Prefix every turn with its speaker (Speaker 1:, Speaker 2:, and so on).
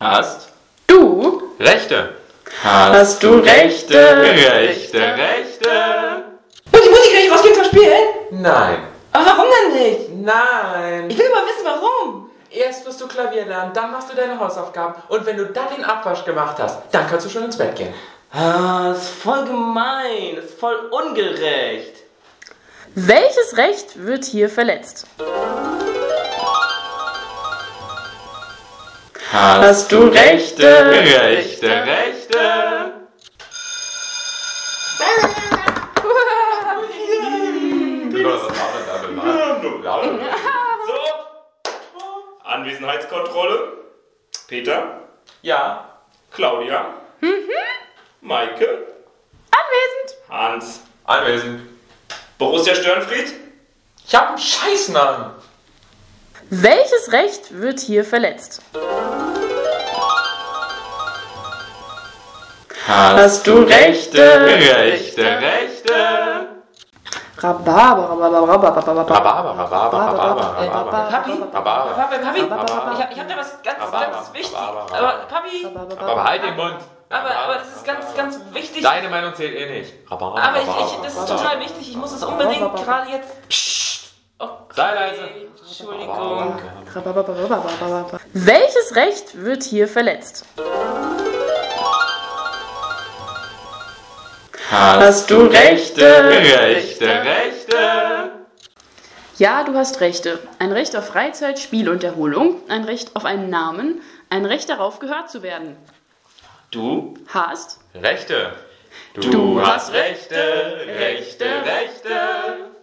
Speaker 1: Hast
Speaker 2: Du
Speaker 1: Rechte.
Speaker 2: hast du Rechte.
Speaker 1: Rechte, Rechte.
Speaker 3: Mutti, Mutti, kann ich rausgehen zum Spielen?
Speaker 1: Nein.
Speaker 3: Aber warum denn nicht?
Speaker 4: Nein!
Speaker 3: Ich will mal wissen, warum.
Speaker 4: Erst wirst du Klavier lernen, dann machst du deine Hausaufgaben und wenn du dann den Abwasch gemacht hast, dann kannst du schon ins Bett gehen.
Speaker 5: Ah, ist voll gemein, ist voll ungerecht.
Speaker 2: Welches Recht wird hier verletzt?
Speaker 1: Hast
Speaker 2: du Rechte?
Speaker 1: Rechte, Rechte.
Speaker 6: So. Anwesenheitskontrolle. Peter.
Speaker 4: Ja,
Speaker 6: Claudia. Maike.
Speaker 2: Anwesend.
Speaker 6: Hans.
Speaker 1: Anwesend.
Speaker 6: Borussia Störenfried.
Speaker 4: ich hab einen Scheißnamen.
Speaker 2: Welches Recht wird hier verletzt?
Speaker 1: Hast
Speaker 2: du Rechte?
Speaker 1: Rechte, Rechte.
Speaker 2: Rhabarber, Rhabarber, Rhabarber,
Speaker 1: Rhabarber,
Speaker 2: Rhabarber.
Speaker 1: Rhabarber, Rhabarber, Rhabarber. Rhabarber.
Speaker 3: Papi, Papi,
Speaker 1: Aber-
Speaker 3: ich hab, ich hab da was ganz,
Speaker 1: Aber-
Speaker 3: ganz
Speaker 1: aber-
Speaker 3: wichtig.
Speaker 1: aber- aber-
Speaker 3: Aber Papi,
Speaker 1: Aber halt den Mund.
Speaker 3: aber, aber das ist ganz, ganz wichtig.
Speaker 1: Deine Meinung zählt eh nicht. Rhabarber,
Speaker 3: Aber ich,
Speaker 1: Rhabarber,
Speaker 3: ich, das ist
Speaker 1: Rhabarber.
Speaker 3: total wichtig. Ich muss es unbedingt gerade jetzt. Okay.
Speaker 1: Sei leise.
Speaker 3: Entschuldigung.
Speaker 2: Welches Recht wird hier verletzt?
Speaker 1: Hast du Rechte? Rechte, Rechte.
Speaker 2: Ja, du hast Rechte. Ein Recht auf Freizeit, Spiel und Erholung, ein Recht auf einen Namen, ein Recht darauf, gehört zu werden.
Speaker 1: Du
Speaker 2: Hast
Speaker 1: Rechte. Du,
Speaker 2: hast
Speaker 1: Rechte, Rechte, Rechte.